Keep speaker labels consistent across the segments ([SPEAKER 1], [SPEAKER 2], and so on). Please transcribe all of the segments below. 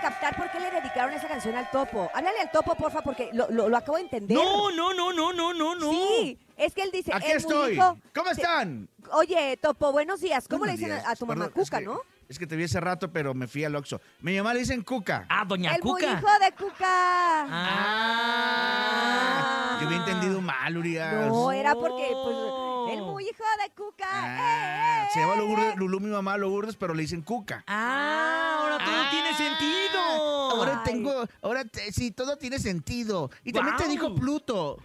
[SPEAKER 1] captar por qué le dedicaron esa canción al topo. Háblale al topo, porfa, porque lo, lo- lo acabo de entender.
[SPEAKER 2] No, no, no, no, no, no, no.
[SPEAKER 1] Sí, es que él dice.
[SPEAKER 3] Aquí
[SPEAKER 1] Este, el
[SPEAKER 3] estoy.
[SPEAKER 1] muñeco
[SPEAKER 3] ¿Cómo
[SPEAKER 1] te-
[SPEAKER 3] están?
[SPEAKER 1] Oye, topo, buenos días. ¿Cómo
[SPEAKER 3] Buenos
[SPEAKER 1] le dicen
[SPEAKER 3] días.
[SPEAKER 1] a, a tu mamá
[SPEAKER 3] Perdón, es
[SPEAKER 1] Cuca,
[SPEAKER 3] que-
[SPEAKER 1] no?
[SPEAKER 3] Es que te vi hace rato, pero me fui al Oxxo. Mi mamá le dicen Cuca.
[SPEAKER 2] Ah, Doña
[SPEAKER 1] el
[SPEAKER 2] Cuca.
[SPEAKER 1] muñeco de Cuca.
[SPEAKER 2] Ah.
[SPEAKER 3] Yo había entendido mal, Urias.
[SPEAKER 1] no, era porque,
[SPEAKER 2] No.
[SPEAKER 1] pues, el muñeco de Cuca. eh,
[SPEAKER 3] Ah,
[SPEAKER 1] eh,
[SPEAKER 3] se llama
[SPEAKER 1] eh,
[SPEAKER 3] Lourdes- Lulú, mi mamá, Lourdes, pero le dicen Cuca.
[SPEAKER 2] Ah, ahora todo
[SPEAKER 3] Ah,
[SPEAKER 2] tiene sentido.
[SPEAKER 1] Ah.
[SPEAKER 3] Ahora
[SPEAKER 1] Ay.
[SPEAKER 3] tengo, ahora te- sí, todo tiene sentido. Y también te
[SPEAKER 2] Guau.
[SPEAKER 3] dijo Pluto.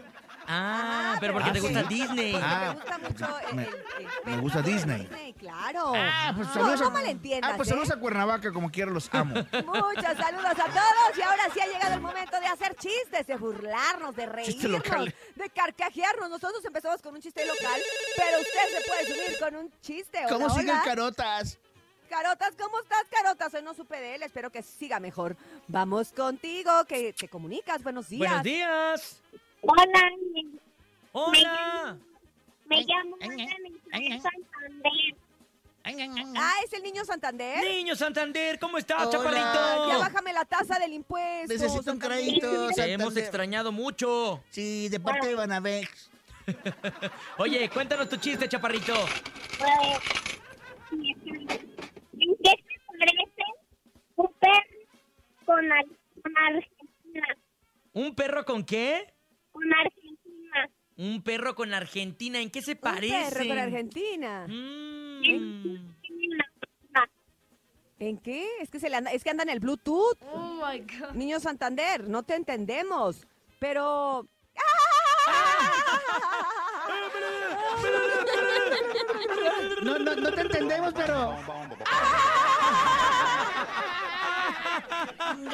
[SPEAKER 2] Ah,
[SPEAKER 1] Ah,
[SPEAKER 2] pero porque
[SPEAKER 3] ah,
[SPEAKER 2] te
[SPEAKER 3] sí.
[SPEAKER 2] gusta Disney.
[SPEAKER 1] Porque
[SPEAKER 3] Ah,
[SPEAKER 1] me gusta mucho el,
[SPEAKER 3] me-
[SPEAKER 1] el- el-
[SPEAKER 3] me
[SPEAKER 1] el-
[SPEAKER 3] gusta
[SPEAKER 1] el-
[SPEAKER 3] Disney.
[SPEAKER 1] claro.
[SPEAKER 2] Ah, pues,
[SPEAKER 1] no,
[SPEAKER 3] saludos
[SPEAKER 1] no
[SPEAKER 3] a-
[SPEAKER 1] malentiendas.
[SPEAKER 3] Ah, pues
[SPEAKER 1] ¿eh?
[SPEAKER 3] saludos a Cuernavaca, como quiera, los amo.
[SPEAKER 1] Muchos saludos a todos y ahora sí ha llegado el momento de hacer chistes, de burlarnos, de
[SPEAKER 3] Chistes
[SPEAKER 1] reírnos,
[SPEAKER 3] locales.
[SPEAKER 1] de carcajearnos. Nosotros empezamos con un chiste local, pero usted se puede subir con un chiste. Hola,
[SPEAKER 3] ¿Cómo siguen
[SPEAKER 1] hola.
[SPEAKER 3] carotas?
[SPEAKER 1] Carotas, ¿cómo estás, Carotas? Hoy no supe de él, espero que siga mejor. Vamos contigo, que te comunicas. Buenos días.
[SPEAKER 2] Buenos días.
[SPEAKER 4] Hola, me,
[SPEAKER 2] Hola.
[SPEAKER 4] me llamo Ana, me llamo Santander.
[SPEAKER 1] Ah, es el niño Santander.
[SPEAKER 2] Niño Santander, ¿cómo estás,
[SPEAKER 3] Hola.
[SPEAKER 1] Ya
[SPEAKER 2] chaparrito?
[SPEAKER 1] bájame la tasa del impuesto.
[SPEAKER 3] Necesito un
[SPEAKER 1] Santander.
[SPEAKER 3] crédito.
[SPEAKER 2] Te hemos
[SPEAKER 3] Santander.
[SPEAKER 2] extrañado mucho.
[SPEAKER 3] Sí, de parte de Banabex.
[SPEAKER 2] Oye, cuéntanos tu chiste, chaparrito.
[SPEAKER 4] Pues, y es- ¿En qué se parece un perro con, Ar- con Argentina?
[SPEAKER 2] ¿Un perro con qué?
[SPEAKER 4] Con Argentina.
[SPEAKER 2] Un perro con Argentina. ¿En qué se
[SPEAKER 1] Un
[SPEAKER 2] parece?
[SPEAKER 1] perro con Argentina.
[SPEAKER 2] Mm.
[SPEAKER 4] Tiene la culpa.
[SPEAKER 1] ¿En qué? Es que se le anda, es que anda en el Bluetooth.
[SPEAKER 5] Oh my god.
[SPEAKER 1] Niño Santander, no te entendemos. Pero.
[SPEAKER 3] No, no, no te entendemos, pero.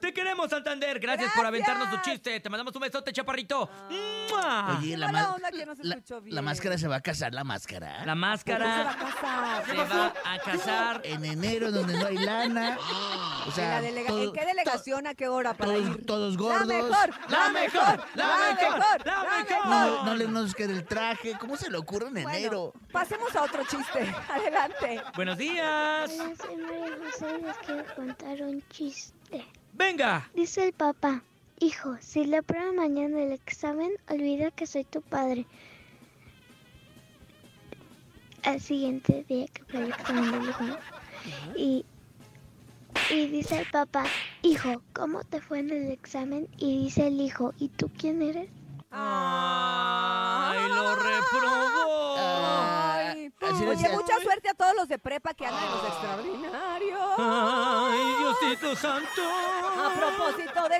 [SPEAKER 2] Te queremos, Santander. Gracias, por aventarnos tu chiste. Te mandamos un besote, chaparrito.
[SPEAKER 1] Ah.
[SPEAKER 2] ¡Mua!
[SPEAKER 3] Oye, la,
[SPEAKER 1] Qué mala
[SPEAKER 3] ma-
[SPEAKER 1] onda que no se
[SPEAKER 3] la-
[SPEAKER 1] escuchó bien.
[SPEAKER 3] la máscara se va a casar, la máscara.
[SPEAKER 1] ¿Cómo se va
[SPEAKER 2] La
[SPEAKER 1] a
[SPEAKER 2] máscara
[SPEAKER 1] casar?
[SPEAKER 2] se va a casar.
[SPEAKER 3] En enero, donde no hay lana. O
[SPEAKER 1] Ah. ¿En, la
[SPEAKER 3] sea,
[SPEAKER 1] delega-
[SPEAKER 3] todo-
[SPEAKER 1] en qué delegación? ¿A qué hora para
[SPEAKER 3] todos-
[SPEAKER 1] ir?
[SPEAKER 3] todos gordos.
[SPEAKER 1] ¡La mejor! ¡La mejor! ¡La mejor! ¡La mejor!
[SPEAKER 3] No, no le nos queda el traje. ¿Cómo se le ocurre en
[SPEAKER 1] Bueno,
[SPEAKER 3] enero?
[SPEAKER 1] pasemos a otro chiste. Adelante.
[SPEAKER 2] Buenos días.
[SPEAKER 6] Hola, soy María José y les quiero contar un chiste.
[SPEAKER 2] Venga.
[SPEAKER 6] Dice el papá, hijo, si le aprueban mañana el examen, olvida que soy tu padre. Al siguiente día que fue el examen del hijo. ¿no? Y, y dice el papá, hijo, ¿cómo te fue en el examen? Y dice el hijo, ¿y tú quién eres?
[SPEAKER 2] Ay, lo reprobó.
[SPEAKER 1] Ah. Ay,
[SPEAKER 3] así
[SPEAKER 1] oye,
[SPEAKER 3] decía.
[SPEAKER 1] mucha suerte a todos los de prepa que andan en los extraordinarios.
[SPEAKER 2] Ay, Diosito Santo.
[SPEAKER 1] A propósito de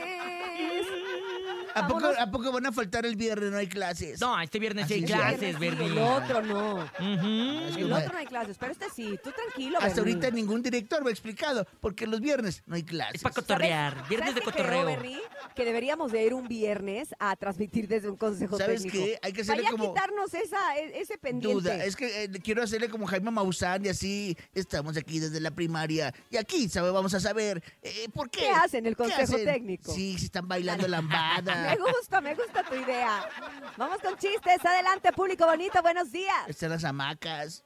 [SPEAKER 1] exámenes.
[SPEAKER 3] ¿A poco,
[SPEAKER 1] vámonos.
[SPEAKER 3] ¿A poco van a faltar el viernes? No hay clases.
[SPEAKER 2] No, este viernes sí hay
[SPEAKER 3] Así es.
[SPEAKER 2] clases,
[SPEAKER 1] Sí,
[SPEAKER 2] Bernie.
[SPEAKER 1] El otro no.
[SPEAKER 2] Ujú.
[SPEAKER 3] Es que
[SPEAKER 1] El
[SPEAKER 3] ma-
[SPEAKER 1] otro no hay clases, pero este sí. Tú tranquilo,
[SPEAKER 3] Hasta
[SPEAKER 1] Bernie.
[SPEAKER 3] ahorita ningún director me ha explicado, porque los viernes no hay clases.
[SPEAKER 2] Es para
[SPEAKER 1] ¿Sabes-
[SPEAKER 2] cotorrear. Viernes de
[SPEAKER 1] ¿sabes qué creo,
[SPEAKER 2] cotorreo.
[SPEAKER 1] Bernie? que deberíamos de ir un viernes a transmitir desde un consejo
[SPEAKER 3] ¿Sabes
[SPEAKER 1] técnico.
[SPEAKER 3] qué? Hay que hacerle
[SPEAKER 1] Vaya
[SPEAKER 3] como-
[SPEAKER 1] a quitarnos esa, e- ese pendiente.
[SPEAKER 3] Duda, es que eh, quiero hacerle como Jaime Maussan y así estamos aquí desde la primaria y aquí sabe, vamos a saber eh, por qué.
[SPEAKER 1] ¿Qué hacen el consejo técnico?
[SPEAKER 3] Sí, si están bailando lambada.
[SPEAKER 1] Me gusta, me gusta tu idea. Vamos con chistes. Adelante, público bonito. Buenos días.
[SPEAKER 3] Están las hamacas.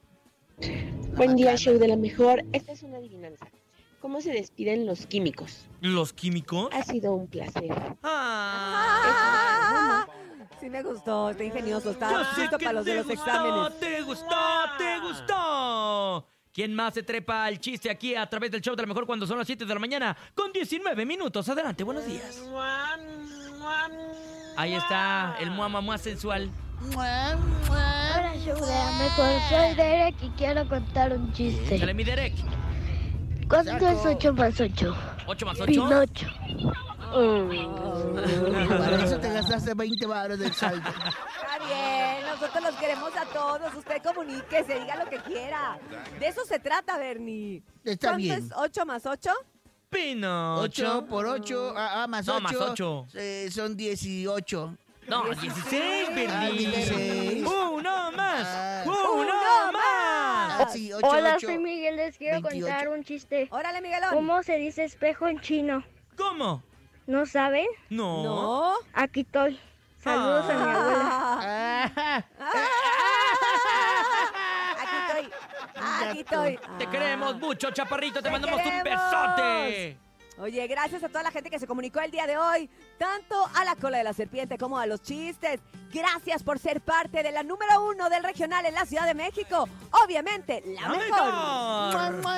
[SPEAKER 3] La
[SPEAKER 7] Buen día,
[SPEAKER 3] macana.
[SPEAKER 7] show de la mejor. Esta es una adivinanza. ¿Cómo se despiden los químicos?
[SPEAKER 2] ¿Los químicos?
[SPEAKER 7] Ha sido un placer.
[SPEAKER 2] Ah.
[SPEAKER 1] Ah, sí me gustó, está ingenioso,
[SPEAKER 2] Yo
[SPEAKER 1] está
[SPEAKER 2] sé
[SPEAKER 1] listo
[SPEAKER 2] que
[SPEAKER 1] para los de
[SPEAKER 2] te
[SPEAKER 1] los
[SPEAKER 2] gustó,
[SPEAKER 1] exámenes.
[SPEAKER 2] Te gustó, te gustó. ¿Quién más se trepa al chiste aquí a través del show de la mejor cuando son las 7 de la mañana? Con 19 minutos. Adelante, buenos días. Ahí está el mua mua, mua sensual.
[SPEAKER 6] Hola, yo de la mejor, soy Derek y quiero contar un
[SPEAKER 2] Dale
[SPEAKER 6] chiste.
[SPEAKER 2] mi Derek.
[SPEAKER 6] ¿Cuánto es 8 más 8?
[SPEAKER 2] 8 más 8.
[SPEAKER 6] Pinocho.
[SPEAKER 3] Para eso te gastaste 20 baros del saldo.
[SPEAKER 1] Está bien, nosotros los queremos a todos. Usted comunique, se diga lo que quiera. De eso se trata, Bernie.
[SPEAKER 3] Está
[SPEAKER 1] ¿Cuánto
[SPEAKER 3] bien.
[SPEAKER 1] es 8 más 8?
[SPEAKER 2] Pinocho.
[SPEAKER 3] 8 por 8, ah, ah, más 8.
[SPEAKER 2] No, más ocho.
[SPEAKER 3] son 18.
[SPEAKER 2] No, 16,
[SPEAKER 3] Ah,
[SPEAKER 2] Bernie.
[SPEAKER 3] 16.
[SPEAKER 2] Uno
[SPEAKER 3] Ah.
[SPEAKER 2] más.
[SPEAKER 1] Uno
[SPEAKER 2] Uno más.
[SPEAKER 3] Ah, sí, 8,
[SPEAKER 6] Hola, soy Miguel, les quiero
[SPEAKER 3] 28.
[SPEAKER 6] contar un chiste.
[SPEAKER 1] Órale, Miguelón.
[SPEAKER 6] ¿Cómo se dice espejo en chino?
[SPEAKER 2] ¿Cómo?
[SPEAKER 6] ¿No saben?
[SPEAKER 2] No.
[SPEAKER 1] No.
[SPEAKER 6] Aquí estoy. Saludos a mi abuela.
[SPEAKER 1] Ah.
[SPEAKER 3] Ah,
[SPEAKER 1] Aquí estoy. Ah, Chaparrito. y-
[SPEAKER 2] Te
[SPEAKER 1] Ah.
[SPEAKER 2] queremos mucho, chaparrito. Te,
[SPEAKER 1] Te
[SPEAKER 2] mandamos un
[SPEAKER 1] queremos.
[SPEAKER 2] besote.
[SPEAKER 1] Oye, gracias a toda la gente que se comunicó el día de hoy, tanto a la cola de la serpiente como a los chistes. Gracias por ser parte de la número uno del regional en la Ciudad de México. Obviamente, la,
[SPEAKER 2] ¡La
[SPEAKER 1] mejor.
[SPEAKER 2] mejor!